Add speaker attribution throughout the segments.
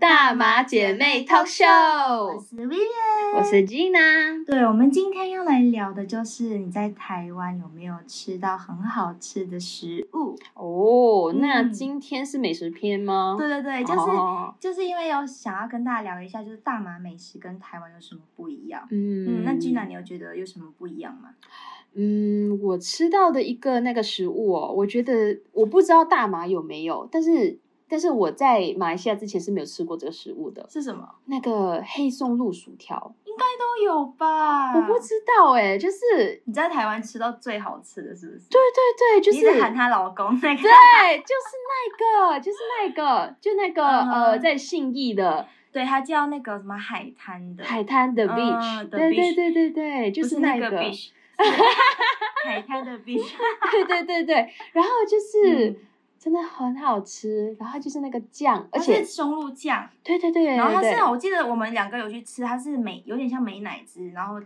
Speaker 1: 大马姐妹 Talk Show，
Speaker 2: 是 Vivian。
Speaker 1: 我是 Gina。
Speaker 2: 对，我们今天要来聊的就是你在台湾有没有吃到很好吃的食物？
Speaker 1: 哦，那
Speaker 2: 嗯
Speaker 1: 今天是美食篇吗？
Speaker 2: 对对对，就是、
Speaker 1: 哦
Speaker 2: 就是因为有想要跟大家聊一下，就是大马美食跟台湾有什么不一样。
Speaker 1: 嗯
Speaker 2: 嗯，那 Gina，你有觉得有什么不一样吗？
Speaker 1: 嗯，我吃到的一个那个食物哦，我觉得我不知道大马有没有，但是但是我在马来西亚之前是没有吃过这个食物的，
Speaker 2: 是什么？
Speaker 1: 那个黑松露薯条，
Speaker 2: 都有吧。
Speaker 1: 我不知道哎、就是对
Speaker 2: 你在台湾吃到最好吃的是不是？
Speaker 1: 对对，就
Speaker 2: 你一直
Speaker 1: 是
Speaker 2: 喊她老公那个。
Speaker 1: 对，就是那个，就是那个，就那个、
Speaker 2: 嗯
Speaker 1: 呃，在信义的
Speaker 2: 对，他叫那个什么海滩的，
Speaker 1: 海滩的
Speaker 2: 嗯
Speaker 1: beach，、
Speaker 2: the
Speaker 1: 对对
Speaker 2: beach
Speaker 1: 对对对，就
Speaker 2: 不是
Speaker 1: 那
Speaker 2: 那个 beach，海滩的 beach。
Speaker 1: 对对对对。然后就是、
Speaker 2: 嗯
Speaker 1: 真的很好吃，然后就是那个酱，
Speaker 2: 它
Speaker 1: 而且
Speaker 2: 哦是松露酱，
Speaker 1: 对对对，
Speaker 2: 然后它
Speaker 1: 对
Speaker 2: 是我记得我们两个有去吃，它是美有点像美乃滋，然后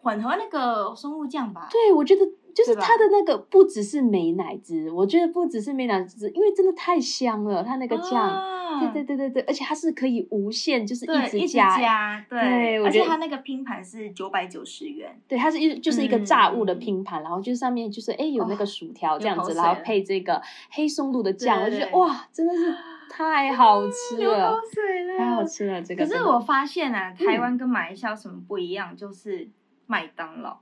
Speaker 2: 混合那个松露酱吧。
Speaker 1: 对我觉得。就是
Speaker 2: 对吧
Speaker 1: 它的那个不只是美乃滋，我觉得不只是美乃滋，因为真的太香了，它那个酱，
Speaker 2: 啊
Speaker 1: 对对对对对，而且它是可以无限，就是
Speaker 2: 对，一
Speaker 1: 直加，
Speaker 2: 加，对，
Speaker 1: 对我
Speaker 2: 而
Speaker 1: 觉
Speaker 2: 且
Speaker 1: 得
Speaker 2: 它那个拼盘是九百九十元，
Speaker 1: 对，它是一就是一个炸物的
Speaker 2: 嗯
Speaker 1: 拼盘，然后就是上面就是哎有那个薯条
Speaker 2: 流
Speaker 1: 这样
Speaker 2: 口
Speaker 1: 子，
Speaker 2: 水
Speaker 1: 然后
Speaker 2: 了
Speaker 1: 配这个黑松露的酱，我就觉
Speaker 2: 对
Speaker 1: 得
Speaker 2: 对
Speaker 1: 哇，真的是太好吃 了，
Speaker 2: 水
Speaker 1: 太好。吃了这个
Speaker 2: 啊可
Speaker 1: 真的。
Speaker 2: 是我发现啊，台湾跟马来西亚有什么不一样？就是麦当劳。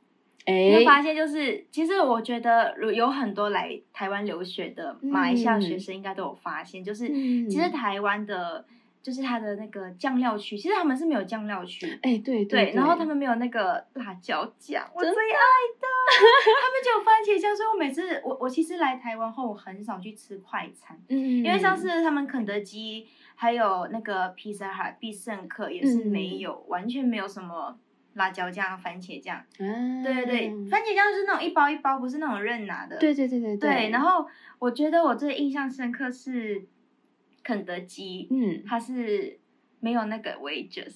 Speaker 2: 你会
Speaker 1: 哎
Speaker 2: 发现，就是其实我觉得有有很多来台湾留学的马来西亚学生应该都有发现，就是
Speaker 1: 嗯
Speaker 2: 其实台湾的，就是它的那个酱料区，其实他们是没有酱料区。
Speaker 1: 哎对
Speaker 2: 对，然后他们没有那个辣椒酱，我最爱的， 他们就有番茄酱，所以我每次我我其实来台湾后，我很少去吃快餐，
Speaker 1: 嗯，
Speaker 2: 因为像是他们肯德基还有那个披萨哈必胜客也是没有，完全没有什么辣椒酱、番茄酱，
Speaker 1: 啊
Speaker 2: 对对对，番茄酱是那种一包一包，不是那种任拿的。
Speaker 1: 对对对对
Speaker 2: 对然后我觉得我最印象深刻是肯德基，
Speaker 1: 嗯，
Speaker 2: 它是没有那个 wages。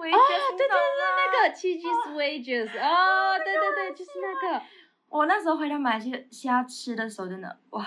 Speaker 2: 哦，对对对对
Speaker 1: 那个
Speaker 2: 啊
Speaker 1: cheese wages 哦，对对对，就是那 个。
Speaker 2: 我那时候回到马来西亚吃的时候，真的哇，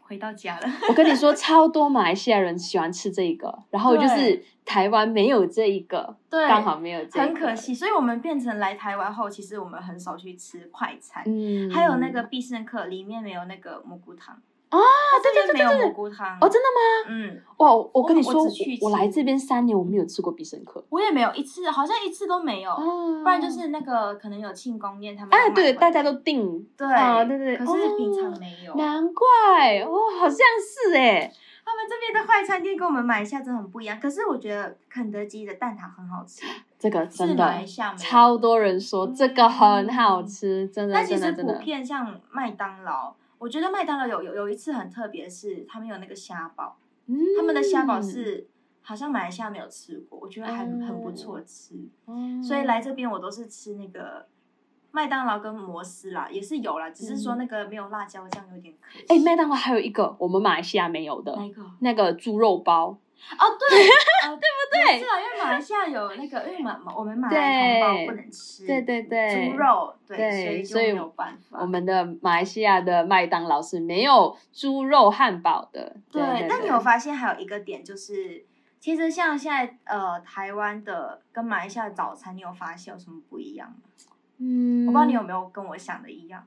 Speaker 2: 回到 家了。
Speaker 1: 我跟你说，超多马来西亚人喜欢吃这一个，然后就是
Speaker 2: 对
Speaker 1: 台湾没有这一个，
Speaker 2: 对
Speaker 1: 刚好没有这一
Speaker 2: 很
Speaker 1: 个，
Speaker 2: 可惜，所以我们变成来台湾后，其实我们很少去吃快餐。
Speaker 1: 嗯，
Speaker 2: 还有那个必胜客里面没有那个蘑菇汤
Speaker 1: 啊，
Speaker 2: 对对对没有
Speaker 1: 对对
Speaker 2: 蘑菇汤
Speaker 1: 哦，真的吗？
Speaker 2: 嗯，
Speaker 1: 哇，我我跟你
Speaker 2: 我
Speaker 1: 说，我
Speaker 2: 只去吃
Speaker 1: 我来这边三年，我没有吃过必胜客
Speaker 2: 我也没有一次，好像一次都没有。
Speaker 1: 哦
Speaker 2: 不然就是那个可能有庆功宴，他们
Speaker 1: 哎，
Speaker 2: 有买回
Speaker 1: 对，
Speaker 2: 来
Speaker 1: 大家都订，
Speaker 2: 对、
Speaker 1: 啊对对对
Speaker 2: 可是
Speaker 1: 哦
Speaker 2: 平常没有。
Speaker 1: 难怪哦，好像是哎，
Speaker 2: 他们这边的快餐店跟我们马来西亚真的很不一样。可是我觉得肯德基的蛋挞很好吃，
Speaker 1: 这个
Speaker 2: 是
Speaker 1: 真
Speaker 2: 马来
Speaker 1: 的
Speaker 2: 西亚没有
Speaker 1: 超多人说
Speaker 2: 嗯
Speaker 1: 这个很好吃，真的
Speaker 2: 但其
Speaker 1: 真
Speaker 2: 实
Speaker 1: 的真
Speaker 2: 普
Speaker 1: 的，
Speaker 2: 遍像麦当劳，我觉得麦当劳有有有一次很特别，是他们有那个虾堡，他
Speaker 1: 他
Speaker 2: 们的虾堡是好像马来西亚没有吃过，我觉得还
Speaker 1: 嗯
Speaker 2: 很不错吃。所以来这边我都是吃那个。麦当劳跟摩斯啦，也是有啦，只是说那个没有辣椒酱有点可惜。
Speaker 1: 嗯哎，麦当劳还有一个我们马来西亚没有
Speaker 2: 哪
Speaker 1: 的
Speaker 2: 一个？
Speaker 1: 那个猪肉包，
Speaker 2: 哦，对，哦、对不
Speaker 1: 对
Speaker 2: 是啊，因为马来西亚有那个，因为马我们马来同胞不能吃，
Speaker 1: 对对对，
Speaker 2: 猪肉，
Speaker 1: 对
Speaker 2: 对，
Speaker 1: 所
Speaker 2: 所
Speaker 1: 以
Speaker 2: 以就没有办法。
Speaker 1: 我们的马来西亚的麦当劳是没有猪肉汉堡的。
Speaker 2: 对，
Speaker 1: 对
Speaker 2: 但你有发现还有一个点就是，其实像现在呃台湾的跟马来西亚的早餐，你有发现有什么不一样吗？
Speaker 1: 嗯，
Speaker 2: 我不知道你有没有跟我想的一样，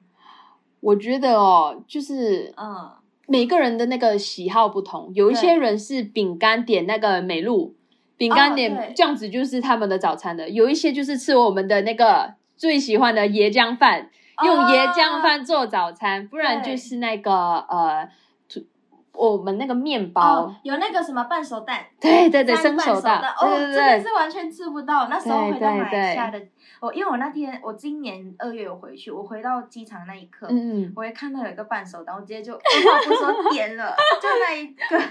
Speaker 1: 我觉得哦，就是
Speaker 2: 嗯，
Speaker 1: 每个人的那个喜好不同，有一些人是饼干点那个美露，饼干
Speaker 2: 哦
Speaker 1: 点
Speaker 2: 对
Speaker 1: 这样子就是他们的早餐的，有一些就是吃我们的那个最喜欢的椰浆饭，
Speaker 2: 哦
Speaker 1: 用椰浆饭做早餐，不然
Speaker 2: 对
Speaker 1: 就是那个呃，土我们那个面
Speaker 2: 哦。
Speaker 1: 包，
Speaker 2: 哦，有那个什么半熟蛋，
Speaker 1: 对对对，
Speaker 2: 三
Speaker 1: 生
Speaker 2: 个
Speaker 1: 手
Speaker 2: 半
Speaker 1: 的，
Speaker 2: 哦，
Speaker 1: 对对
Speaker 2: 真的
Speaker 1: 对，
Speaker 2: 是完全吃不到。那时候
Speaker 1: 对
Speaker 2: 回到马
Speaker 1: 对对
Speaker 2: 来西亚的，我因为我那天我今年二月有回去，我回到机场那一刻，
Speaker 1: 嗯嗯。
Speaker 2: 我也看到有一个半熟蛋，我直接就二 话不说点了，就那一个， 很好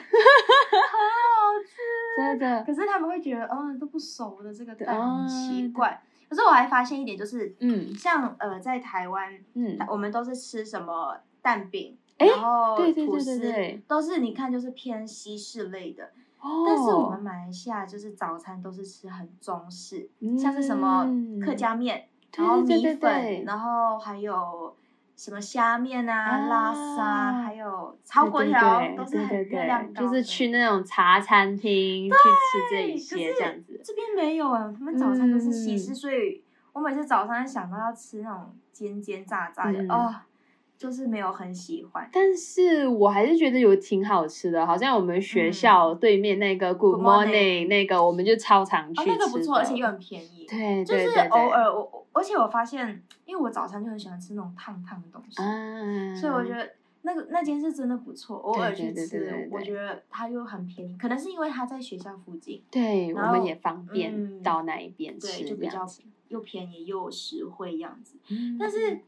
Speaker 2: 吃。
Speaker 1: 嗯真的
Speaker 2: 可，是他们会觉得，嗯、都不熟的这个蛋
Speaker 1: 啊
Speaker 2: 很奇怪。可是我还发现一点，就是
Speaker 1: 嗯
Speaker 2: 像呃，在台湾，
Speaker 1: 嗯，
Speaker 2: 我们都是吃什么蛋饼，
Speaker 1: 哎
Speaker 2: 然后
Speaker 1: 对对对
Speaker 2: 吐
Speaker 1: 对
Speaker 2: 司
Speaker 1: 对，
Speaker 2: 都是你看就是偏西式类的。
Speaker 1: 哎哦
Speaker 2: 但是我们马来西亚就是早餐都是吃很中式，像是什么客家面，
Speaker 1: 嗯对
Speaker 2: 然后
Speaker 1: 嗯对
Speaker 2: 米
Speaker 1: 对对
Speaker 2: 粉，
Speaker 1: 对
Speaker 2: 然后还有什么虾面啊、
Speaker 1: 啊
Speaker 2: 拉沙，还有炒粿条，
Speaker 1: 对
Speaker 2: 都是
Speaker 1: 对对
Speaker 2: 很热量
Speaker 1: 对，
Speaker 2: 高的。
Speaker 1: 就是去那种茶餐厅去吃这一些
Speaker 2: 可是
Speaker 1: 这样子。
Speaker 2: 这边没有啊，他们早上都是西式，
Speaker 1: 嗯
Speaker 2: 所以我每次早上想到要吃那种煎煎炸炸的啊、
Speaker 1: 嗯
Speaker 2: 就是没有很喜欢。
Speaker 1: 但是我还是觉得有挺好吃的，好像我们学校对面那个 Good
Speaker 2: 嗯 Good
Speaker 1: Morning
Speaker 2: morning
Speaker 1: 那个，我们就超常去
Speaker 2: 哦，
Speaker 1: 吃的。
Speaker 2: 那个不错，而且又很便宜。
Speaker 1: 对
Speaker 2: 就
Speaker 1: 对
Speaker 2: 是
Speaker 1: 对对，
Speaker 2: 偶尔我我，而且我发现，因为我早餐就很喜欢吃那种烫烫的东西，
Speaker 1: 啊，
Speaker 2: 所以我觉得那个那间是真的不错，偶尔去
Speaker 1: 对对对对对
Speaker 2: 吃，我觉得它又很便宜，可能是因为它在学校附近，
Speaker 1: 对我
Speaker 2: 然后
Speaker 1: 们也方便
Speaker 2: 嗯
Speaker 1: 到那一边吃
Speaker 2: 对，就
Speaker 1: 这
Speaker 2: 比
Speaker 1: 样
Speaker 2: 较
Speaker 1: 子。
Speaker 2: 又便宜又实惠样子。
Speaker 1: 嗯
Speaker 2: 但是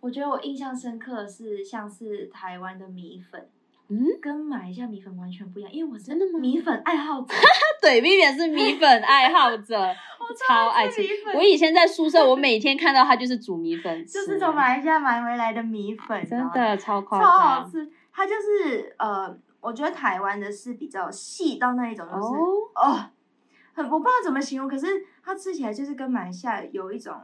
Speaker 2: 我觉得我印象深刻的是，像是台湾的米粉，
Speaker 1: 嗯，
Speaker 2: 跟马来西亚米粉完全不一样，因为我是
Speaker 1: 真的吗
Speaker 2: 米粉爱好者，
Speaker 1: 对 v i v 是米 粉爱好者，
Speaker 2: 我
Speaker 1: 超爱
Speaker 2: 爱
Speaker 1: 吃
Speaker 2: 米粉。
Speaker 1: 我以前在宿舍，我每天看到他就是煮米粉吃，啊
Speaker 2: 就是从马来西亚买回来的米粉，
Speaker 1: 真的超夸
Speaker 2: 超好
Speaker 1: 张
Speaker 2: 吃。它就是呃，我觉得台湾的是比较细到那一种，就是
Speaker 1: 哦。
Speaker 2: 哦，很我不知道怎么形容，可是它吃起来就是跟马来西亚有一种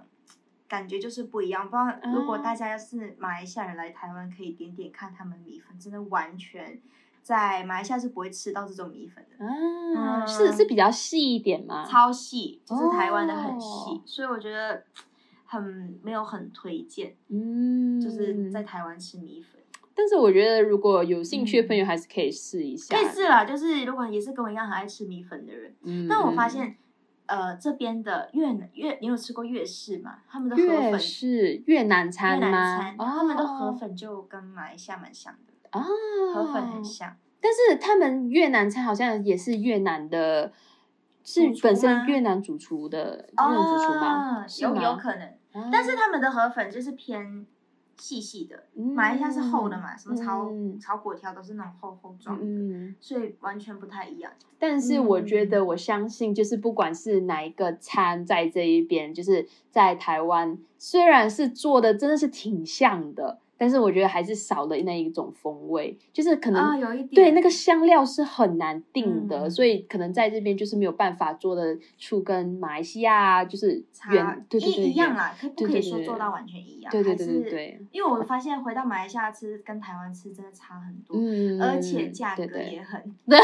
Speaker 2: 感觉就是不一样。不知道如果大家要是马来西亚人来台湾，可以点点看他们米粉，真的完全在马来西亚是不会吃到这种米粉的，
Speaker 1: 啊，是是比较细一点吗？
Speaker 2: 嗯超细，就是台湾的很细，
Speaker 1: 哦
Speaker 2: 所以我觉得很没有很推荐，
Speaker 1: 嗯，
Speaker 2: 就是在台湾吃米粉。
Speaker 1: 但是我觉得如果有兴趣的
Speaker 2: 嗯
Speaker 1: 朋友还是可以试一下。
Speaker 2: 可以试啦，就是如果也是跟我一样很爱吃米粉的人，
Speaker 1: 嗯，
Speaker 2: 但我发
Speaker 1: 嗯
Speaker 2: 现，呃，这边的越南越，你有吃过越式吗？他们的河粉，
Speaker 1: 越是越南
Speaker 2: 越
Speaker 1: 餐
Speaker 2: 南
Speaker 1: 吗
Speaker 2: 餐，？
Speaker 1: 哦
Speaker 2: 他们的河粉就跟马来西亚蛮像的，
Speaker 1: 啊，
Speaker 2: 河粉很像。
Speaker 1: 但是他们越南餐好像也是越南的，是
Speaker 2: 主厨
Speaker 1: 本身
Speaker 2: 吗
Speaker 1: 越南主厨的越南主厨吗？是
Speaker 2: 哦有
Speaker 1: 吗
Speaker 2: 有可能，
Speaker 1: 啊
Speaker 2: 但是他们的河粉就是偏细细的，马来西亚是厚的嘛，什么炒
Speaker 1: 嗯
Speaker 2: 炒粿条都是那种厚厚状的，
Speaker 1: 嗯，
Speaker 2: 所以完全不太一样。
Speaker 1: 但是我觉得，
Speaker 2: 嗯
Speaker 1: 我相信，就是不管是哪一个餐在这一边，就是在台湾，虽然是做的真的是挺像的，但是我觉得还是少了那一种风味，就是可能、
Speaker 2: 啊，有一点
Speaker 1: 对那个香料是很难定的，
Speaker 2: 嗯
Speaker 1: 所以可能在这边就是没有办法做的出跟马来西亚就是
Speaker 2: 差
Speaker 1: 远对对对
Speaker 2: 啊一一样
Speaker 1: 远
Speaker 2: 啦，可以不
Speaker 1: 对
Speaker 2: 可
Speaker 1: 对
Speaker 2: 以
Speaker 1: 对
Speaker 2: 说
Speaker 1: 对
Speaker 2: 做到完全一样？
Speaker 1: 对对
Speaker 2: 还
Speaker 1: 对对
Speaker 2: 是
Speaker 1: 对，
Speaker 2: 因为我发现回到马来西亚吃跟台湾吃真的差很多，
Speaker 1: 嗯，
Speaker 2: 而且价格
Speaker 1: 对对
Speaker 2: 也 很，
Speaker 1: 对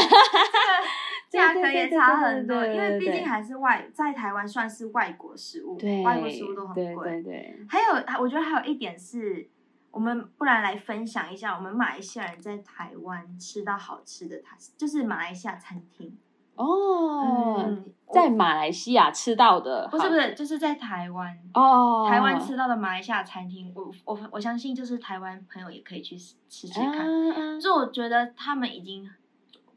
Speaker 2: 价格也差很多，
Speaker 1: 对对
Speaker 2: 因
Speaker 1: 对
Speaker 2: 为毕
Speaker 1: 对
Speaker 2: 竟还是外在台湾算是外国食物，
Speaker 1: 对
Speaker 2: 外国食物都
Speaker 1: 对
Speaker 2: 很
Speaker 1: 对
Speaker 2: 贵。
Speaker 1: 对，
Speaker 2: 还有，还我觉得还有一点是。我们不然来分享一下，我们马来西亚人在台湾吃到好吃的，它就是马来西亚餐厅。
Speaker 1: 哦，
Speaker 2: 嗯，
Speaker 1: 在
Speaker 2: 我
Speaker 1: 马来西亚吃到的
Speaker 2: 不是
Speaker 1: 好
Speaker 2: 不是，就是在台湾。
Speaker 1: 哦，
Speaker 2: 台湾吃到的马来西亚餐厅，我我我相信就是台湾朋友也可以去吃吃吃看。
Speaker 1: 啊
Speaker 2: 可是我觉得他们已经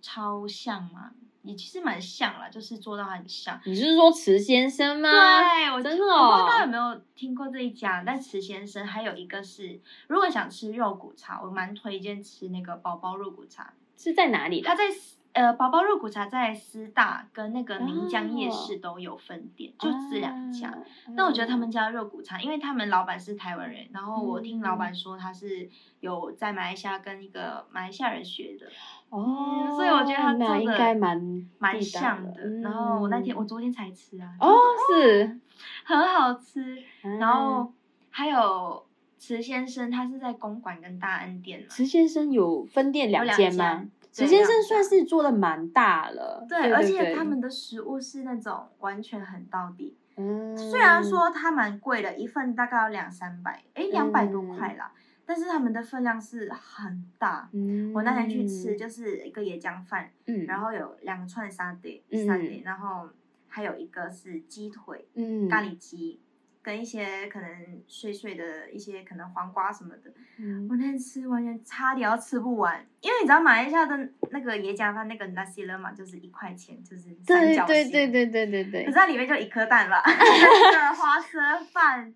Speaker 2: 超像嘛，也其实蛮像啦，就是做到很像。
Speaker 1: 你是说池先生吗？
Speaker 2: 对，我
Speaker 1: 啊真
Speaker 2: 就
Speaker 1: 的
Speaker 2: 我不知道
Speaker 1: 哦
Speaker 2: 有没有听过这一家，但池先生还有一个是，如果想吃肉骨茶，我蛮推荐吃那个宝宝肉骨茶。
Speaker 1: 是在哪里的
Speaker 2: 它？在师呃宝宝肉骨茶在师大跟那个宁江
Speaker 1: 哦
Speaker 2: 夜市都有分店，就这两家。
Speaker 1: 啊。
Speaker 2: 那我觉得他们家的肉骨茶，因为他们老板是台湾人，然后我听老
Speaker 1: 嗯
Speaker 2: 板说他是有在马来西亚跟一个马来西亚人学的，
Speaker 1: 哦，
Speaker 2: 嗯所以我觉得他做
Speaker 1: 那
Speaker 2: 的
Speaker 1: 应该蛮
Speaker 2: 蛮
Speaker 1: 地道
Speaker 2: 像
Speaker 1: 的
Speaker 2: 的。然后我那天
Speaker 1: 嗯
Speaker 2: 我昨天才吃啊，
Speaker 1: 哦是，
Speaker 2: 很好吃。然
Speaker 1: 啊
Speaker 2: 后还有池先生，他是在公馆跟大安店嘛，
Speaker 1: 池先生有分店两间
Speaker 2: 有
Speaker 1: 吗
Speaker 2: 两？
Speaker 1: 池
Speaker 2: 对
Speaker 1: 先生
Speaker 2: 两家
Speaker 1: 算是做的蛮大了，
Speaker 2: 对，
Speaker 1: 对，
Speaker 2: 而且他
Speaker 1: 对
Speaker 2: 们的食物是那种完全很到底。
Speaker 1: 嗯
Speaker 2: 虽然说它蛮贵的，一份大概要两三百，诶，两百多块啦，但是他们的分量是很大。
Speaker 1: 嗯，
Speaker 2: 我那天去吃就是一个椰浆饭，
Speaker 1: 嗯，
Speaker 2: 然后有两串沙爹，
Speaker 1: 嗯
Speaker 2: 沙爹，然后还有一个是鸡腿、
Speaker 1: 嗯
Speaker 2: 咖喱鸡，跟一些可能碎碎的一些可能黄瓜什么的。
Speaker 1: 嗯
Speaker 2: 我那天吃完全差点要吃不完，因为你知道马来西亚的那个椰浆饭那个 nasi lemak 就是一块钱，就是三
Speaker 1: 对
Speaker 2: 角形。
Speaker 1: 对对。对对对
Speaker 2: 可是
Speaker 1: 对
Speaker 2: 它里面就一颗蛋 吧，那个花生饭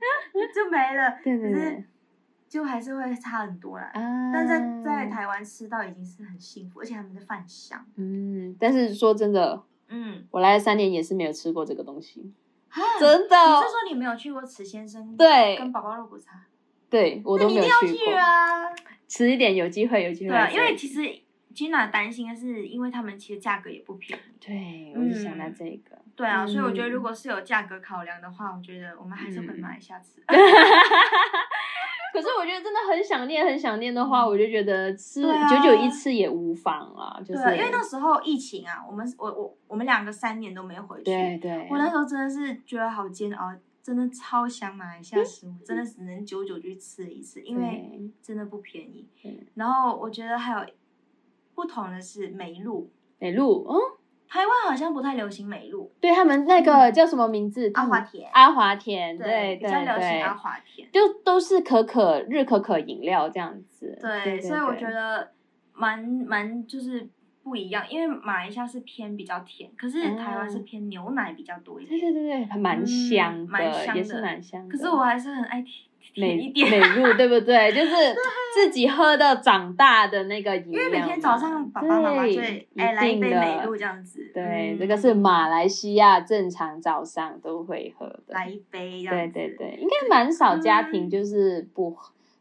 Speaker 2: 就没了，
Speaker 1: 对
Speaker 2: 可
Speaker 1: 对对
Speaker 2: 是就还是会差很多啦。
Speaker 1: 啊！
Speaker 2: 但在在台湾吃到已经是很幸福，而且他们的饭香，
Speaker 1: 嗯，但是说真的，
Speaker 2: 嗯，
Speaker 1: 我来了三年也是没有吃过这个东 西，
Speaker 2: 哈
Speaker 1: 真的。
Speaker 2: 你是说你没有去过池先生
Speaker 1: 对
Speaker 2: 跟宝宝肉骨茶？
Speaker 1: 对我
Speaker 2: 我
Speaker 1: 都没有
Speaker 2: 去
Speaker 1: 过，
Speaker 2: 啊！
Speaker 1: 迟一点有机会有机
Speaker 2: 对
Speaker 1: 会来
Speaker 2: 啊，
Speaker 1: 吃。
Speaker 2: 因为其实 Gina 担心的是，因为他们其实价格也不便宜。
Speaker 1: 对，我就想到
Speaker 2: 嗯
Speaker 1: 这个。
Speaker 2: 对啊，
Speaker 1: 嗯
Speaker 2: 所以我觉得
Speaker 1: 嗯
Speaker 2: 如果是有价格考量的话，我觉得我们还是回马来西亚吃。
Speaker 1: 可是我觉得真的很想念，很想念的话，我就觉得吃
Speaker 2: 对啊
Speaker 1: 久久一次也无妨啊，就
Speaker 2: 对，
Speaker 1: 是
Speaker 2: 因为那时候疫情啊，我们我我我们两个三年都没回去，
Speaker 1: 对对，
Speaker 2: 我那时候真的是觉得好煎熬，真的超想马来西亚食物，真的只能久久去吃一次，因为
Speaker 1: 嗯对嗯
Speaker 2: 真的不便宜
Speaker 1: 对。
Speaker 2: 然后我觉得还有不同的是梅露，
Speaker 1: 美露，嗯，
Speaker 2: 台湾好像不太流行梅露，
Speaker 1: 对他们那个叫什么名字？
Speaker 2: 嗯阿华田，
Speaker 1: 阿华田，啊对
Speaker 2: 比较流行阿
Speaker 1: 对，
Speaker 2: 华田。
Speaker 1: 就都是可可日可可饮料这样子。
Speaker 2: 对，所以我觉
Speaker 1: 对
Speaker 2: 得蛮蛮就是不一样，因为马来西亚是偏比较甜，可是台湾是
Speaker 1: 嗯
Speaker 2: 偏牛奶比较多一
Speaker 1: 对
Speaker 2: 点。
Speaker 1: 对对对，还蛮
Speaker 2: 嗯
Speaker 1: 香
Speaker 2: 蛮香
Speaker 1: 的，也是
Speaker 2: 的
Speaker 1: 蛮香的。
Speaker 2: 可是我还是很爱甜
Speaker 1: 美
Speaker 2: 甜一点，
Speaker 1: 美露对 不对？就是自己喝到长大的那个饮
Speaker 2: 因
Speaker 1: 料嘛，
Speaker 2: 为每天早上爸爸妈妈就会
Speaker 1: 对
Speaker 2: 哎来一
Speaker 1: 定
Speaker 2: 杯
Speaker 1: 的
Speaker 2: 美露这样子，
Speaker 1: 对，
Speaker 2: 嗯
Speaker 1: 这个是马来西亚正常早上都会喝的。
Speaker 2: 来一杯这
Speaker 1: 对
Speaker 2: 样子。
Speaker 1: 对对，应该蛮少家庭
Speaker 2: 嗯
Speaker 1: 就是不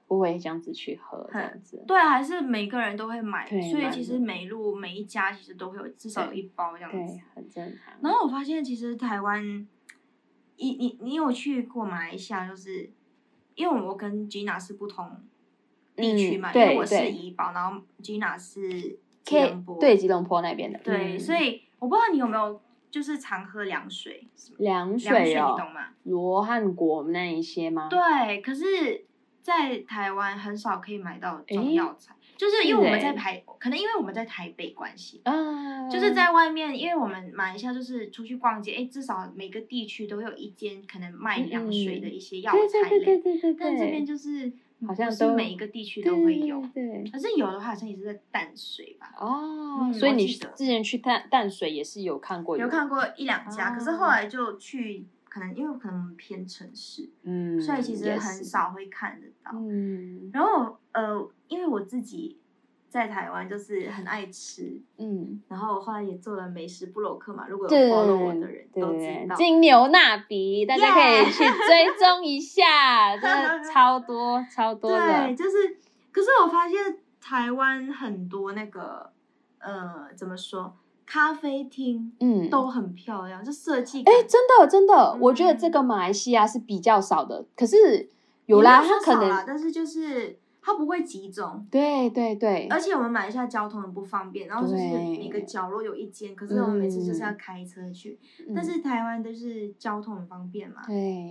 Speaker 1: 不会这样子去喝这样子。
Speaker 2: 对啊，还是每个人都会买，
Speaker 1: 对
Speaker 2: 所以
Speaker 1: 买
Speaker 2: 其实
Speaker 1: 的
Speaker 2: 每路每一家其实都会有至少有一包这样子
Speaker 1: 对。，很正常。
Speaker 2: 然后我发现其实台湾，你你你有去过马来西亚，就是因为我跟 Gina 是不同地区嘛，
Speaker 1: 嗯
Speaker 2: 因为
Speaker 1: 对
Speaker 2: 我是
Speaker 1: 对
Speaker 2: 怡保，然后 Gina 是吉
Speaker 1: K
Speaker 2: 隆坡，
Speaker 1: 对吉隆坡那边的，
Speaker 2: 对，
Speaker 1: 嗯
Speaker 2: 所以我不知道你有没有就是常喝凉水，
Speaker 1: 凉
Speaker 2: 凉水
Speaker 1: 水
Speaker 2: 你
Speaker 1: 哦，
Speaker 2: 懂吗？
Speaker 1: 罗汉果那一些吗？
Speaker 2: 对，可是，在台湾很少可以买到中
Speaker 1: 诶
Speaker 2: 药材，就是因为我们
Speaker 1: 是
Speaker 2: 在
Speaker 1: 诶
Speaker 2: 台，可能因为我们在台北关系，
Speaker 1: 啊，
Speaker 2: 就是在外面，因为我们马来西亚就是出去逛街，哎，至少每个地区都会有一间可能卖凉水的一些药
Speaker 1: 嗯对
Speaker 2: 材类，
Speaker 1: 对对对对对对，
Speaker 2: 但这边就是
Speaker 1: 好像
Speaker 2: 不是
Speaker 1: 都
Speaker 2: 每一个地区都会有，
Speaker 1: 对对对
Speaker 2: 可是有的话好像也是在淡水吧，
Speaker 1: 哦
Speaker 2: 嗯，
Speaker 1: 所以
Speaker 2: 我
Speaker 1: 你
Speaker 2: 记得
Speaker 1: 之前去淡淡水也是有看过，
Speaker 2: 有看过一两家，
Speaker 1: 哦
Speaker 2: 可是后来就去，可能因为可能我们偏城市，
Speaker 1: 嗯，
Speaker 2: 所以其实
Speaker 1: 也
Speaker 2: 很
Speaker 1: 是，
Speaker 2: 少会看得到。
Speaker 1: 嗯
Speaker 2: 然后呃，因为我自己在台湾就是很爱吃，
Speaker 1: 嗯，
Speaker 2: 然后我后来也做了美食布洛克嘛，如果有
Speaker 1: 对
Speaker 2: follow 我的人
Speaker 1: 对
Speaker 2: 都
Speaker 1: 对
Speaker 2: 知
Speaker 1: 对，
Speaker 2: 道。
Speaker 1: 金牛纳比，大家可以
Speaker 2: Yeah
Speaker 1: 去追踪一下，真的 超多超多
Speaker 2: 对，
Speaker 1: 的，
Speaker 2: 就是，可是我发现台湾很多那个呃，怎么说，咖啡厅
Speaker 1: 嗯，
Speaker 2: 都很漂亮，就设计
Speaker 1: 哎
Speaker 2: 感。，
Speaker 1: 真的真的，我觉得
Speaker 2: 嗯
Speaker 1: 这个马来西亚是比较少的，可是有
Speaker 2: 也
Speaker 1: 啦，
Speaker 2: 没
Speaker 1: 它
Speaker 2: 有说
Speaker 1: 可
Speaker 2: 少啦
Speaker 1: 能
Speaker 2: 但是就是它不会集中。
Speaker 1: 对对对，
Speaker 2: 而且我们马来西亚交通很不方便，然后就是
Speaker 1: 对
Speaker 2: 每个角落有一间，可是我们每次就是要开车去。但
Speaker 1: 嗯
Speaker 2: 是台湾就是交通很方便嘛，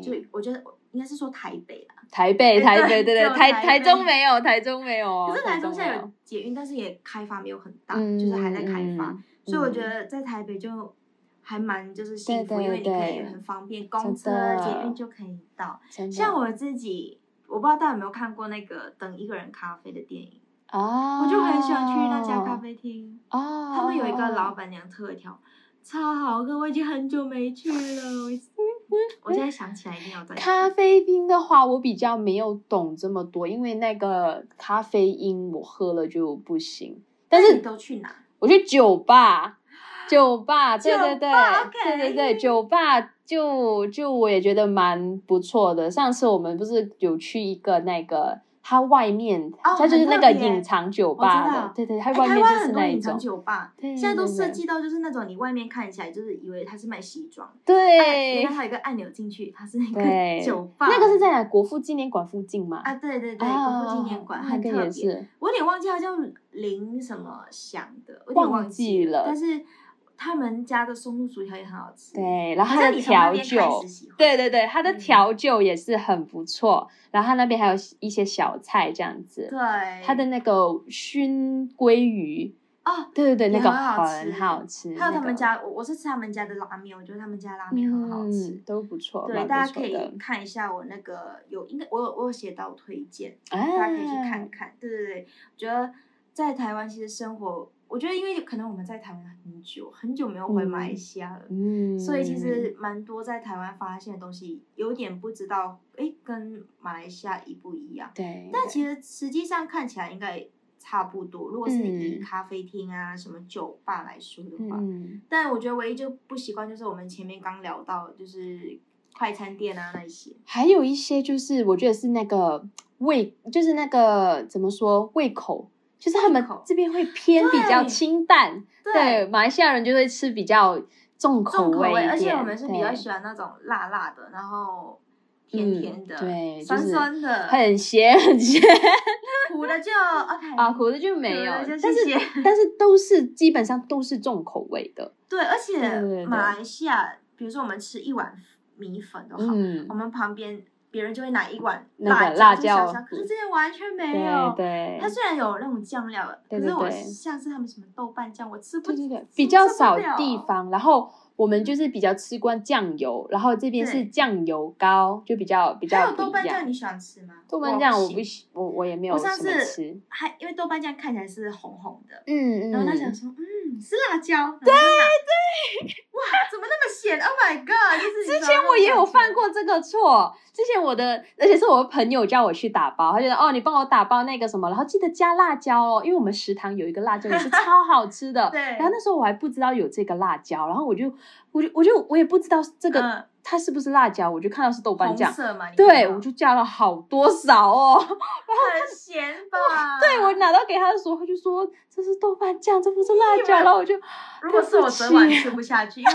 Speaker 2: 就
Speaker 1: 对，
Speaker 2: 我觉得应该是说台北啦，
Speaker 1: 台北
Speaker 2: 对
Speaker 1: 台
Speaker 2: 对
Speaker 1: 北对
Speaker 2: 只
Speaker 1: 对，
Speaker 2: 有
Speaker 1: 台
Speaker 2: 台
Speaker 1: 台
Speaker 2: 北
Speaker 1: 中没有，台中没有哦，
Speaker 2: 可是台中
Speaker 1: 中
Speaker 2: 现
Speaker 1: 没
Speaker 2: 在
Speaker 1: 有
Speaker 2: 有捷运，但是也开发没有很大，
Speaker 1: 嗯
Speaker 2: 就是还在开发。
Speaker 1: 嗯
Speaker 2: 所以我觉
Speaker 1: 嗯
Speaker 2: 得在台北就还蛮就是幸福，
Speaker 1: 对对
Speaker 2: 因为你可
Speaker 1: 对
Speaker 2: 以很方便，公车
Speaker 1: 真、的
Speaker 2: 捷运就可以到。
Speaker 1: 真的
Speaker 2: 像我自己，我不知道大家有没有看过那个《等一个人咖啡》的电影，
Speaker 1: 啊，
Speaker 2: 我就很喜欢去那家咖啡厅，
Speaker 1: 哦，
Speaker 2: 他们有一个老
Speaker 1: 哦，
Speaker 2: 板娘特调。超好喝，我已经很久没去了。我一 我现在想起来一定要再去。
Speaker 1: 咖啡因的话，我比较没有懂这么多，因为那个咖啡因我喝了就不行，但
Speaker 2: 那
Speaker 1: 是
Speaker 2: 你都去哪？
Speaker 1: 我去酒吧，酒吧，对对
Speaker 2: 酒
Speaker 1: 对
Speaker 2: 吧，，OK
Speaker 1: 对对对，酒吧就就我也觉得蛮不错的。上次我们不是有去一个那个，它外面、
Speaker 2: 哦
Speaker 1: 它就是那个
Speaker 2: 很特别哦
Speaker 1: 隐藏酒吧
Speaker 2: 我知道
Speaker 1: 的，对对，它
Speaker 2: 哎
Speaker 1: 外面
Speaker 2: 台
Speaker 1: 就
Speaker 2: 湾
Speaker 1: 是
Speaker 2: 很多
Speaker 1: 那一
Speaker 2: 隐藏
Speaker 1: 种，
Speaker 2: 酒吧，
Speaker 1: 对
Speaker 2: 现在都
Speaker 1: 对对
Speaker 2: 设计到就是那种你外面看起来就是以为它是卖西装，哎
Speaker 1: 对
Speaker 2: 原来，它有一个按钮进去，它是那
Speaker 1: 对
Speaker 2: 个酒吧。
Speaker 1: 那个是在哪？国父纪念馆附近吗？
Speaker 2: 啊，对对对，
Speaker 1: 啊
Speaker 2: 国父纪念馆、
Speaker 1: 那
Speaker 2: 很
Speaker 1: 个
Speaker 2: 特
Speaker 1: 也
Speaker 2: 别。
Speaker 1: 是，
Speaker 2: 我有点忘记它叫林什么祥的，我有点
Speaker 1: 忘
Speaker 2: 记
Speaker 1: 记了
Speaker 2: 但是他们家的松露薯条也很好吃。
Speaker 1: 对，然后
Speaker 2: 好像
Speaker 1: 它的
Speaker 2: 你从那
Speaker 1: 调
Speaker 2: 边开
Speaker 1: 酒
Speaker 2: 始，喜欢，
Speaker 1: 对对对，它的
Speaker 2: 嗯
Speaker 1: 调酒也是很不错，然后它那边还有一些小菜这样子，
Speaker 2: 对，
Speaker 1: 它的那个熏鲑鱼，
Speaker 2: 哦。
Speaker 1: 对对对，
Speaker 2: 也
Speaker 1: 那个
Speaker 2: 很好吃
Speaker 1: 很好吃。
Speaker 2: 还有他
Speaker 1: 那个
Speaker 2: 们家，我我是吃他们家的拉面，我觉得他们家拉面很好吃。
Speaker 1: 嗯、都不错，
Speaker 2: 对，
Speaker 1: 蛮不
Speaker 2: 大家
Speaker 1: 错
Speaker 2: 可以
Speaker 1: 的
Speaker 2: 看一下我那个有，应该我有我有写到推荐，
Speaker 1: 啊，
Speaker 2: 大家可以去看看。对对对，我觉得在台湾其实生活，我觉得因为可能我们在台湾很久很久没有回马来西亚了，
Speaker 1: 嗯，
Speaker 2: 所以其实蛮多在台湾发现的东西，有点不知道，诶，跟马来西亚一不一样。
Speaker 1: 对，
Speaker 2: 但其实实际上看起来应该差不多，如果是以
Speaker 1: 嗯
Speaker 2: 咖啡厅啊、什么酒吧来说的话，
Speaker 1: 嗯
Speaker 2: 但我觉得唯一就不习惯就是我们前面刚聊到，就是快餐店啊那一些。
Speaker 1: 还有一些就是我觉得是那个胃，就是那个怎么说胃口。就是他们
Speaker 2: 胃口
Speaker 1: 这边会偏比较
Speaker 2: 对
Speaker 1: 清淡，
Speaker 2: 对
Speaker 1: 马来西亚人就会吃比较重
Speaker 2: 重口
Speaker 1: 味一点，
Speaker 2: 而且我们是比较
Speaker 1: 对
Speaker 2: 喜欢那种辣辣的，然后甜甜的，
Speaker 1: 嗯对
Speaker 2: 酸
Speaker 1: 就是
Speaker 2: 酸的，
Speaker 1: 很咸 很咸
Speaker 2: 苦的就 OK
Speaker 1: 啊，苦的就没有，
Speaker 2: 苦的就
Speaker 1: 但是
Speaker 2: 谢谢
Speaker 1: 但是都是基本上都是重口味的，
Speaker 2: 对，而
Speaker 1: 对对
Speaker 2: 且
Speaker 1: 对
Speaker 2: 马来西亚，比如说我们吃一碗米粉都哦好，
Speaker 1: 嗯
Speaker 2: 我，们旁边别人就会拿一碗
Speaker 1: 那个
Speaker 2: 辣
Speaker 1: 辣
Speaker 2: 椒，就
Speaker 1: 椒
Speaker 2: 小小可是这边完全没
Speaker 1: 对
Speaker 2: 有。
Speaker 1: 对
Speaker 2: 它。虽然有那种酱料，
Speaker 1: 对
Speaker 2: 可是我
Speaker 1: 对对
Speaker 2: 像是他们什么豆瓣酱，我吃不
Speaker 1: 对对对
Speaker 2: 吃，
Speaker 1: 比较
Speaker 2: 吃不
Speaker 1: 少
Speaker 2: 了
Speaker 1: 地方，然后我们就是比较吃惯酱油，然后这边
Speaker 2: 对
Speaker 1: 是酱油膏，就比较比
Speaker 2: 还
Speaker 1: 较
Speaker 2: 有
Speaker 1: 不
Speaker 2: 豆
Speaker 1: 一
Speaker 2: 瓣酱，
Speaker 1: 样。
Speaker 2: 你喜欢吃吗？
Speaker 1: 豆瓣酱我不
Speaker 2: 行
Speaker 1: 喜，我我也没有
Speaker 2: 我
Speaker 1: 什
Speaker 2: 上
Speaker 1: 么
Speaker 2: 次
Speaker 1: 吃。
Speaker 2: 还因为豆瓣酱看起来是红红的，
Speaker 1: 嗯嗯，
Speaker 2: 然后他想说，嗯，是辣椒。对对，哇，怎么那么咸？Oh my god！就是
Speaker 1: 之前我也有犯
Speaker 2: 过。
Speaker 1: 过这个错，之前我的，而且是我的朋友叫我去打包，他觉得哦，你帮我打包那个什么，然后记得加辣椒哦，因为我们食堂有一个辣椒也是超好吃 的。
Speaker 2: 对
Speaker 1: 然后那时候我还不知道有这个辣椒，然后我就，我就，我就，我也不知道这个、
Speaker 2: 嗯
Speaker 1: 它是不是辣椒，我就看到是豆瓣
Speaker 2: 红
Speaker 1: 酱，
Speaker 2: 色嘛，你看
Speaker 1: 对
Speaker 2: 到
Speaker 1: 我就加了好多勺哦。
Speaker 2: 很咸吧？
Speaker 1: 对我拿到给他的时候，他就说这是豆瓣酱，这不是 辣椒，
Speaker 2: 为
Speaker 1: 然后我就
Speaker 2: 如果是
Speaker 1: 对
Speaker 2: 我
Speaker 1: 不
Speaker 2: 整
Speaker 1: 起
Speaker 2: 碗吃不下去，因为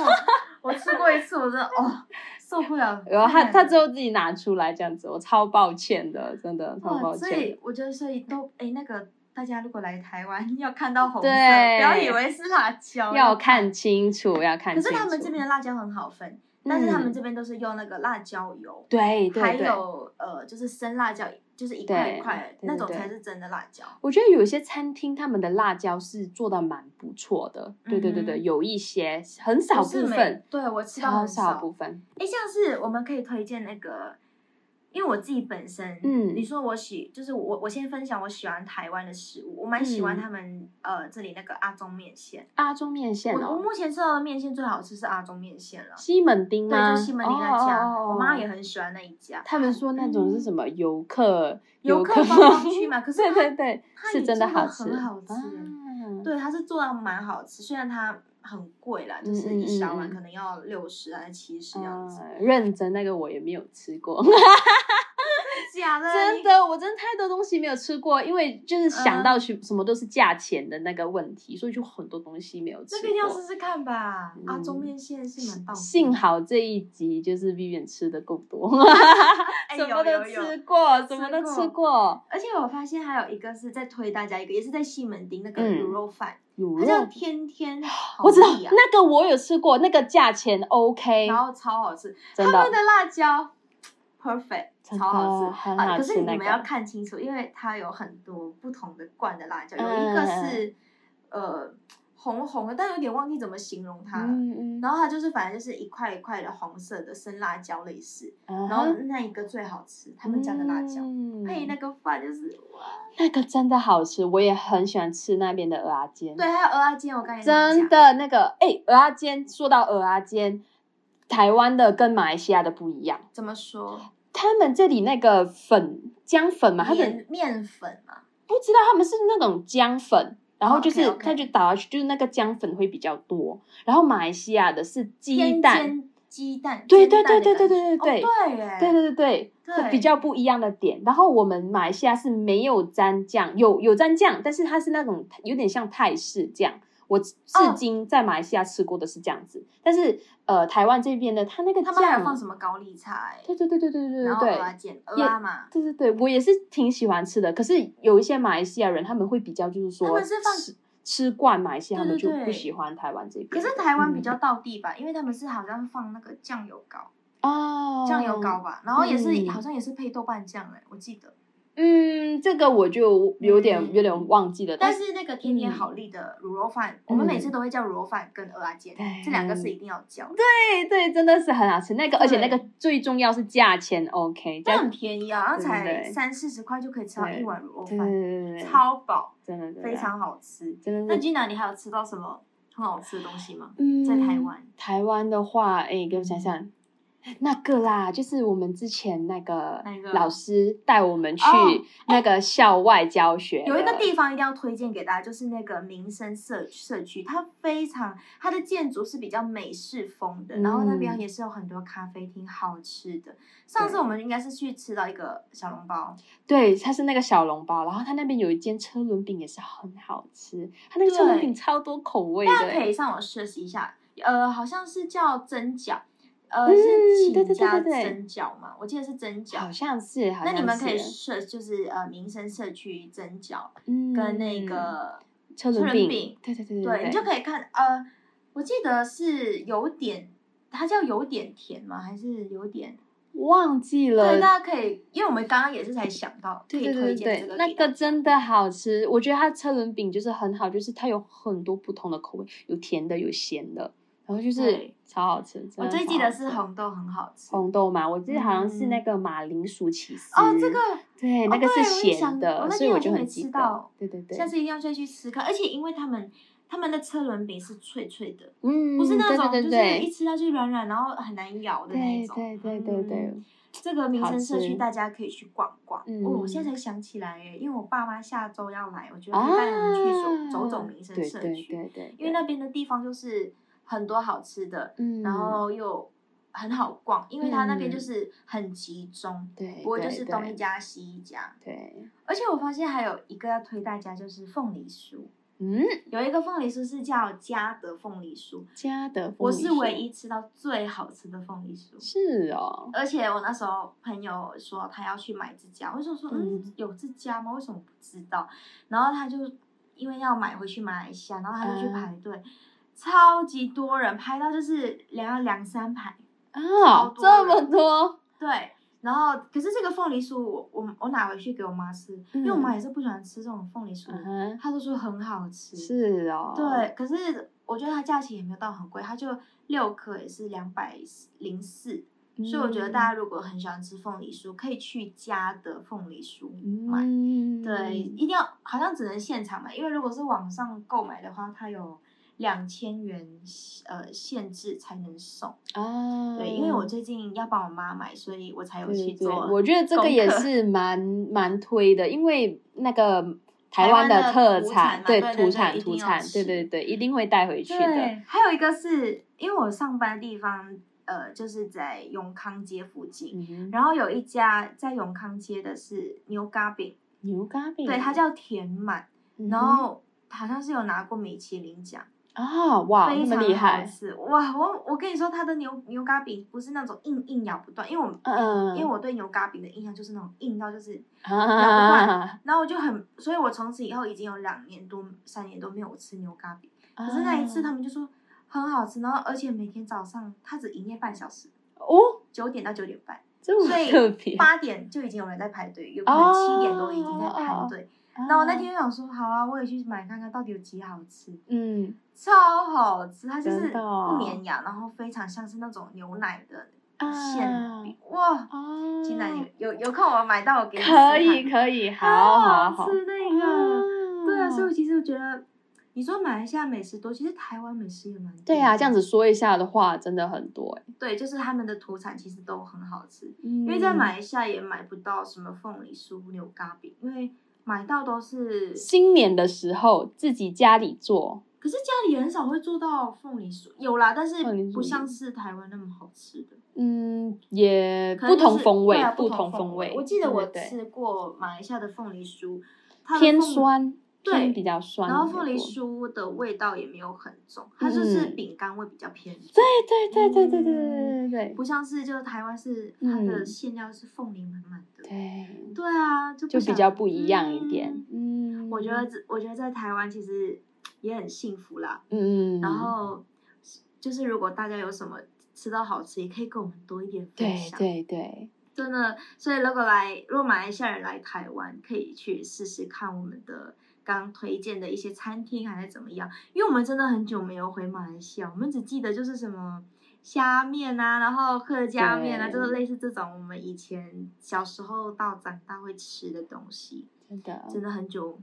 Speaker 2: 我 我吃过一次，我真的哦受不了。
Speaker 1: 然后他
Speaker 2: 太难
Speaker 1: 他
Speaker 2: 了
Speaker 1: 只有自己拿出来这样子，我超抱歉的，真的超抱
Speaker 2: 哇，所
Speaker 1: 歉的。
Speaker 2: 以我觉得所以都哎那个。大家如果来台湾，要看到红色，不
Speaker 1: 对
Speaker 2: 要以为是辣椒，
Speaker 1: 要看。清楚，要看
Speaker 2: 哦可
Speaker 1: 清楚。嗯
Speaker 2: 是他们这边的辣椒很好分，但是他们这边都是用那个辣椒油，
Speaker 1: 对对
Speaker 2: 还
Speaker 1: 对，
Speaker 2: 有呃，就是生辣椒，就是一块
Speaker 1: 对
Speaker 2: 一块
Speaker 1: 对
Speaker 2: 那
Speaker 1: 对
Speaker 2: 种
Speaker 1: 对
Speaker 2: 才是真的辣椒。
Speaker 1: 我觉得有一些餐厅他们的辣椒是做的蛮不错的。对对对
Speaker 2: 嗯
Speaker 1: 对，
Speaker 2: 哼
Speaker 1: 有一些很少
Speaker 2: 不是
Speaker 1: 部
Speaker 2: 每
Speaker 1: 分，，
Speaker 2: 对我吃到
Speaker 1: 超
Speaker 2: 很
Speaker 1: 少部分。
Speaker 2: 哎，像是我们可以推荐那个，因为我自己本身，
Speaker 1: 嗯
Speaker 2: 你说我喜，就是我我先分享我喜欢台湾的食物，我蛮喜欢
Speaker 1: 嗯
Speaker 2: 他们、呃这里那个阿中面线，
Speaker 1: 阿中面线
Speaker 2: 我我
Speaker 1: 哦，
Speaker 2: 目前吃到的面线最好吃是阿中面线了，
Speaker 1: 西门町
Speaker 2: 对，
Speaker 1: 吗？
Speaker 2: 就西门町那家，
Speaker 1: 哦哦哦哦
Speaker 2: 我妈也很喜欢那一家，嗯
Speaker 1: 他们说那种是什么游客
Speaker 2: 游客
Speaker 1: 客
Speaker 2: 观光区嘛可是它
Speaker 1: 对对对，
Speaker 2: 它
Speaker 1: 是
Speaker 2: 也
Speaker 1: 真
Speaker 2: 真的
Speaker 1: 好吃，
Speaker 2: 很好吃
Speaker 1: 啊
Speaker 2: 对，它是做的蛮好吃，虽然它很贵啦，
Speaker 1: 嗯
Speaker 2: 就是一小碗
Speaker 1: 嗯嗯嗯
Speaker 2: 可能要六十还是七十样子，
Speaker 1: 嗯，认真那个我也没有吃过，
Speaker 2: 假的，
Speaker 1: 真
Speaker 2: 你，嗯
Speaker 1: 的，我真的太多东西没有吃过，因为就是想到什什么都是价钱的那个问题，所以就很多东西没有吃
Speaker 2: 这
Speaker 1: 过。
Speaker 2: 个一定要试试看吧，阿中
Speaker 1: 嗯
Speaker 2: 面线是蛮棒的，
Speaker 1: 幸好这一集就是 Vivian 吃的够多，
Speaker 2: 哎
Speaker 1: 什么
Speaker 2: 有
Speaker 1: 都
Speaker 2: 有有
Speaker 1: 吃过，什么都
Speaker 2: 吃
Speaker 1: 吃过，
Speaker 2: 而且我发现还有一个是在推大家一个，也是在西门町那个
Speaker 1: 嗯
Speaker 2: 卤肉饭，
Speaker 1: 卤
Speaker 2: 它叫
Speaker 1: 肉。
Speaker 2: 天天好
Speaker 1: 我知道
Speaker 2: 利啊
Speaker 1: 那个我有吃过，那个价钱 OK，
Speaker 2: 然后超好吃，
Speaker 1: 哎真的
Speaker 2: 他们的辣椒 perfect，
Speaker 1: 真的
Speaker 2: 超好吃。
Speaker 1: 很好
Speaker 2: 啊，可
Speaker 1: 吃
Speaker 2: 是你
Speaker 1: 那
Speaker 2: 们
Speaker 1: 个
Speaker 2: 要看清楚，因为它有很多不同的罐的辣椒，有一
Speaker 1: 嗯
Speaker 2: 个是呃红红的，但有点忘记怎么形容它了。
Speaker 1: 嗯嗯，
Speaker 2: 然后它就是反正就是一块一块的红色的生辣椒类似，
Speaker 1: 然
Speaker 2: 然后那一个最好吃，他们家的辣椒配那
Speaker 1: 那
Speaker 2: 个饭就是哇，
Speaker 1: 嗯那个真的好吃，我也很喜欢吃那边的鹅阿煎。
Speaker 2: 对，还有鹅仔煎，我刚才也没
Speaker 1: 真
Speaker 2: 讲
Speaker 1: 的那个哎，鹅阿煎说到鹅阿煎，台湾的跟马来西亚的不一样，
Speaker 2: 怎么说？
Speaker 1: 他们这里那个粉姜粉嘛，他们
Speaker 2: 面面粉嘛，
Speaker 1: 不知道他们是那种姜粉。然后就是，
Speaker 2: 哦 OK，OK
Speaker 1: 它就打下去，就是那个姜粉会比较多。然后马来西亚的是鸡
Speaker 2: 煎
Speaker 1: 蛋，
Speaker 2: 煎鸡蛋，
Speaker 1: 对
Speaker 2: 煎蛋
Speaker 1: 对对
Speaker 2: 的感觉
Speaker 1: 对对对对
Speaker 2: 哦对耶，
Speaker 1: 对对对对，
Speaker 2: 对
Speaker 1: 会比较不一样的点。然后我们马来西亚是没有蘸酱，有有蘸酱，但是它是那种有点像泰式酱。我至
Speaker 2: 哦
Speaker 1: 今在马来西亚吃过的是这样子，但是呃，台湾这边的它那个
Speaker 2: 他
Speaker 1: 酱，
Speaker 2: 们还有放什么高丽菜，
Speaker 1: 对对对对对对对
Speaker 2: 然
Speaker 1: 对
Speaker 2: 后
Speaker 1: 对
Speaker 2: 蚵仔煎蚵仔嘛，
Speaker 1: 对对对，我也是挺喜欢吃的。可是有一些马来西亚人，他们会比较就是说，
Speaker 2: 他们是放
Speaker 1: 吃吃惯马来西亚，
Speaker 2: 对对
Speaker 1: 他们
Speaker 2: 对
Speaker 1: 就不喜欢台湾这边。嗯
Speaker 2: 可是台湾比较到地吧，因为他们是好像放那个酱油膏，
Speaker 1: 哦，
Speaker 2: 酱油膏吧，然后也是
Speaker 1: 嗯
Speaker 2: 好像也是配豆瓣酱哎，我记得。
Speaker 1: 嗯，这个我就有点、
Speaker 2: 嗯
Speaker 1: 有点忘记了，
Speaker 2: 但
Speaker 1: 是
Speaker 2: 是那个
Speaker 1: 嗯
Speaker 2: 天天好利的卤肉饭，我们每次都会叫卤肉饭跟蚵仔煎，
Speaker 1: 对
Speaker 2: 这两个是一定要叫的，
Speaker 1: 对对，真的是很好吃。那个而且
Speaker 2: 对
Speaker 1: 那个最重要是价钱 OK，
Speaker 2: 都
Speaker 1: 价
Speaker 2: 很便宜啊，然后
Speaker 1: 对
Speaker 2: 才
Speaker 1: 对对
Speaker 2: 三四十块就可以吃到一碗卤肉
Speaker 1: 对对
Speaker 2: 饭，
Speaker 1: 对啊对对，
Speaker 2: 超饱。
Speaker 1: 真的真的
Speaker 2: 非常好吃。
Speaker 1: 真
Speaker 2: 那
Speaker 1: 的是。
Speaker 2: 君娜，你还有吃到什么很好吃的东西吗？
Speaker 1: 嗯
Speaker 2: 在台湾，
Speaker 1: 台湾的话，哎，给我想想，那个啦，就是我们之前那个
Speaker 2: 哪个
Speaker 1: 老师带我们去
Speaker 2: 哦
Speaker 1: 那个校外教学的，
Speaker 2: 有一个地方一定要推荐给大家，就是那个民生社社区，它非常它的建筑是比较美式风的，
Speaker 1: 嗯
Speaker 2: 然后那边也是有很多咖啡厅好吃的。上次我们应该是去吃到一个小笼包，
Speaker 1: 对，它是那个小笼包，然后它那边有一间车轮饼也是很好吃，它那个车轮饼超多口味
Speaker 2: 大家可
Speaker 1: 的，
Speaker 2: 以上网 search 一下，呃，好像是叫蒸饺。呃，
Speaker 1: 嗯
Speaker 2: 是请
Speaker 1: 对对对
Speaker 2: 加
Speaker 1: 对对
Speaker 2: 蒸饺嘛，我记得是蒸
Speaker 1: 好
Speaker 2: 饺。
Speaker 1: 像是，好
Speaker 2: 那你
Speaker 1: 像
Speaker 2: 们可以
Speaker 1: 是
Speaker 2: 社就是呃民生社区蒸饺
Speaker 1: 嗯
Speaker 2: 跟那个
Speaker 1: 车
Speaker 2: 车
Speaker 1: 轮
Speaker 2: 轮饼，
Speaker 1: 对对对
Speaker 2: 对
Speaker 1: 对，
Speaker 2: 你就可以看呃，我记得是有点，它叫有点甜吗？还是有点？
Speaker 1: 忘记了
Speaker 2: 对，。大家可以，因为我们刚刚也是才想到可
Speaker 1: 对
Speaker 2: 以
Speaker 1: 对
Speaker 2: 推
Speaker 1: 对
Speaker 2: 荐这
Speaker 1: 对
Speaker 2: 个，
Speaker 1: 那
Speaker 2: 给
Speaker 1: 个
Speaker 2: 大家
Speaker 1: 真的好吃，我觉得它车轮饼就是很好，就是它有很多不同的口味，有甜的，有咸的，然后就是
Speaker 2: 对
Speaker 1: 超好吃。
Speaker 2: 我
Speaker 1: 真的
Speaker 2: 最
Speaker 1: 超
Speaker 2: 记得
Speaker 1: 好
Speaker 2: 是
Speaker 1: 吃
Speaker 2: 红豆很好吃
Speaker 1: 红豆嘛，我记得好像是
Speaker 2: 嗯
Speaker 1: 那个马铃薯起司
Speaker 2: 哦，这个
Speaker 1: 对，
Speaker 2: 哦
Speaker 1: 哎那个
Speaker 2: 对
Speaker 1: 是
Speaker 2: 我也想
Speaker 1: 咸的，
Speaker 2: 我那
Speaker 1: 所以
Speaker 2: 天
Speaker 1: 我
Speaker 2: 好
Speaker 1: 就
Speaker 2: 像
Speaker 1: 很
Speaker 2: 没
Speaker 1: 记
Speaker 2: 吃
Speaker 1: 得。
Speaker 2: 到
Speaker 1: 对对对，
Speaker 2: 下次一定要再去吃看，而且因为他们他们的车轮饼是脆脆的，
Speaker 1: 嗯，
Speaker 2: 不是那种
Speaker 1: 对对
Speaker 2: 就是一
Speaker 1: 对
Speaker 2: 吃下去软软然后很难咬的那一
Speaker 1: 对
Speaker 2: 种。
Speaker 1: 对对对对
Speaker 2: 嗯，这个民生社
Speaker 1: 好
Speaker 2: 区
Speaker 1: 吃
Speaker 2: 大家可以去逛逛。
Speaker 1: 嗯
Speaker 2: 哦，我现在才想起来耶，因为我爸妈下周要来，我觉得可以带你们去走走走民生
Speaker 1: 啊对
Speaker 2: 社
Speaker 1: 对
Speaker 2: 区，
Speaker 1: 对对，
Speaker 2: 因为那边的地方就是很多好吃的，
Speaker 1: 嗯，
Speaker 2: 然后又很好逛，因为它那边
Speaker 1: 嗯
Speaker 2: 就是很集中，
Speaker 1: 对，
Speaker 2: 不过就
Speaker 1: 对
Speaker 2: 是
Speaker 1: 对
Speaker 2: 东一家西一家。
Speaker 1: 对，
Speaker 2: 而且我发现还有一个要推大家就是凤梨酥，
Speaker 1: 嗯，
Speaker 2: 有一个凤梨酥是叫嘉德凤梨酥，
Speaker 1: 家的
Speaker 2: 我
Speaker 1: 凤梨
Speaker 2: 是
Speaker 1: 酥
Speaker 2: 唯一吃到最好吃的凤梨酥。
Speaker 1: 是哦，
Speaker 2: 而且我那时候朋友说他要去买这家，我就说嗯
Speaker 1: 嗯
Speaker 2: 有这家吗？为什么不知道？然后他就因为要买回去马来西亚，然后他就去
Speaker 1: 嗯
Speaker 2: 排队，超级多人排到就是两两三排，
Speaker 1: 啊
Speaker 2: 超，多
Speaker 1: 这么
Speaker 2: 人
Speaker 1: 多，
Speaker 2: 对。然后可是这个凤梨酥我我我拿回去给我妈吃，因为我妈也是不喜欢吃这种凤梨酥，
Speaker 1: 嗯哼，
Speaker 2: 她都说很好吃。
Speaker 1: 是哦，
Speaker 2: 对，可是我觉得它价钱也没有到很贵，它就六颗也是两百零四，
Speaker 1: 嗯，
Speaker 2: 所以我觉得大家如果很喜欢吃凤梨酥，可以去家的凤梨酥买。
Speaker 1: 嗯，
Speaker 2: 对，一定要好像只能现场买，因为如果是网上购买的话，它有两千元呃限制才能送。
Speaker 1: 啊，
Speaker 2: 对，因为我最近要帮我妈买，所以我才有
Speaker 1: 对
Speaker 2: 去
Speaker 1: 对对，
Speaker 2: 做功课。
Speaker 1: 我觉得这个也是蛮蛮推的，因为那个台湾
Speaker 2: 台湾的
Speaker 1: 特
Speaker 2: 土产
Speaker 1: 产，
Speaker 2: 嘛
Speaker 1: 对
Speaker 2: 对对
Speaker 1: 土
Speaker 2: 对
Speaker 1: 产
Speaker 2: 一定
Speaker 1: 土
Speaker 2: 要
Speaker 1: 产，对
Speaker 2: 吃
Speaker 1: 对对，一定会带回去的。
Speaker 2: 对，还有一个是因为我上班地方呃就是在永康街附近，
Speaker 1: 嗯哼，
Speaker 2: 然后有一家在永康街的是牛轧饼，
Speaker 1: 牛轧饼，
Speaker 2: 对，它叫甜满。
Speaker 1: 嗯哼，
Speaker 2: 然后好像是有拿过米其林奖，
Speaker 1: 啊，哇，
Speaker 2: 非
Speaker 1: 那么
Speaker 2: 常
Speaker 1: 厉
Speaker 2: 好
Speaker 1: 害，
Speaker 2: 吃哇！我我跟你说，它的牛牛轧饼不是那种硬硬咬不断，因为我、
Speaker 1: 嗯，
Speaker 2: 因为我对牛轧饼的印象就是那种硬到就是，
Speaker 1: 啊，
Speaker 2: 然后我就很，所以我从此以后已经有两年多、三年多没有吃牛轧饼，可
Speaker 1: 可
Speaker 2: 是那一次他们就说很好吃，然后而且每天早上它只营业半小时，
Speaker 1: 哦，
Speaker 2: 九点到九点半，
Speaker 1: 这么
Speaker 2: 所以
Speaker 1: 特别，
Speaker 2: 八点就已经有人在排队，有可能七点多已经在
Speaker 1: 哦
Speaker 2: 排队。然后我那天就想说，好啊，我也去买看看到底有几好吃。
Speaker 1: 嗯
Speaker 2: 超好吃，它就是
Speaker 1: 真的哦
Speaker 2: 不粘牙，然后非常像是那种牛奶的馅
Speaker 1: 啊
Speaker 2: 饼，哇！
Speaker 1: 啊，
Speaker 2: 金南有有有空我买到我给你试
Speaker 1: 可以
Speaker 2: 看
Speaker 1: 可以，
Speaker 2: 超
Speaker 1: 好好好，
Speaker 2: 吃那个，
Speaker 1: 啊
Speaker 2: 对啊，所以我其实我觉得，你说马来西亚美食多，其实台湾美食也蛮多
Speaker 1: 对啊，这样
Speaker 2: 子
Speaker 1: 子说一下的话，真的很多哎，
Speaker 2: 对，就是他们的土产其实都很好吃，
Speaker 1: 因
Speaker 2: 因为在马来西亚也买不到什么凤梨酥、牛轧饼，因为买到都是，
Speaker 1: 新年的时候自己家里做，
Speaker 2: 可是家里也很少会做到凤梨酥，有啦，但是
Speaker 1: 凤梨酥
Speaker 2: 不像是台湾那么好吃的。
Speaker 1: 嗯，也
Speaker 2: 可能
Speaker 1: 不
Speaker 2: 就是
Speaker 1: 同风味
Speaker 2: 对啊，
Speaker 1: 不
Speaker 2: 同
Speaker 1: 风
Speaker 2: 味。我记得我
Speaker 1: 对对对
Speaker 2: 吃过马来西亚的凤梨酥，它的
Speaker 1: 偏
Speaker 2: 凤，
Speaker 1: 酸，
Speaker 2: 对
Speaker 1: 偏比较酸一
Speaker 2: 然
Speaker 1: 点
Speaker 2: 后
Speaker 1: 多，
Speaker 2: 凤梨酥的味道也没有很重，它就是
Speaker 1: 嗯
Speaker 2: 饼干味比较偏重，
Speaker 1: 对，对对对对对对对对对
Speaker 2: 不像是就是台湾是它的
Speaker 1: 嗯
Speaker 2: 馅料是凤梨满满的。
Speaker 1: 对，
Speaker 2: 对啊，就
Speaker 1: 就
Speaker 2: 想
Speaker 1: 比较不一样一点
Speaker 2: 嗯。
Speaker 1: 嗯，
Speaker 2: 我觉得这，我觉得在台湾其实也很幸福啦。
Speaker 1: 嗯，嗯，
Speaker 2: 然后就是如果大家有什么吃到好吃，也可以跟我们多一点分
Speaker 1: 对
Speaker 2: 享。
Speaker 1: 对对，
Speaker 2: 真的，所以如果来，如果马来西亚人来台湾，可以去试试看我们的刚推荐的一些餐厅还是怎么样，因为我们真的很久没有回马来西亚，我们只记得就是什么虾面啊，然后客家面啊，
Speaker 1: 对
Speaker 2: 就是类似这种我们以前小时候到长大会吃的东西，
Speaker 1: 真的
Speaker 2: 真的很久。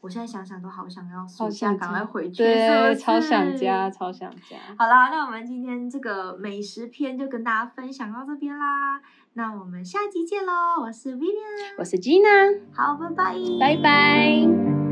Speaker 2: 我现在想想都好想要暑
Speaker 1: 好
Speaker 2: 假
Speaker 1: 想
Speaker 2: 赶快
Speaker 1: 家
Speaker 2: 回去，是
Speaker 1: 对，
Speaker 2: 不
Speaker 1: 超想
Speaker 2: 是
Speaker 1: 家，超想家。
Speaker 2: 好啦，那我们今天这个美食篇就跟大家分享到这边啦，那我们下集见喽！我是 Vivian，
Speaker 1: 我是 Gina，
Speaker 2: 好，拜拜，
Speaker 1: 拜拜。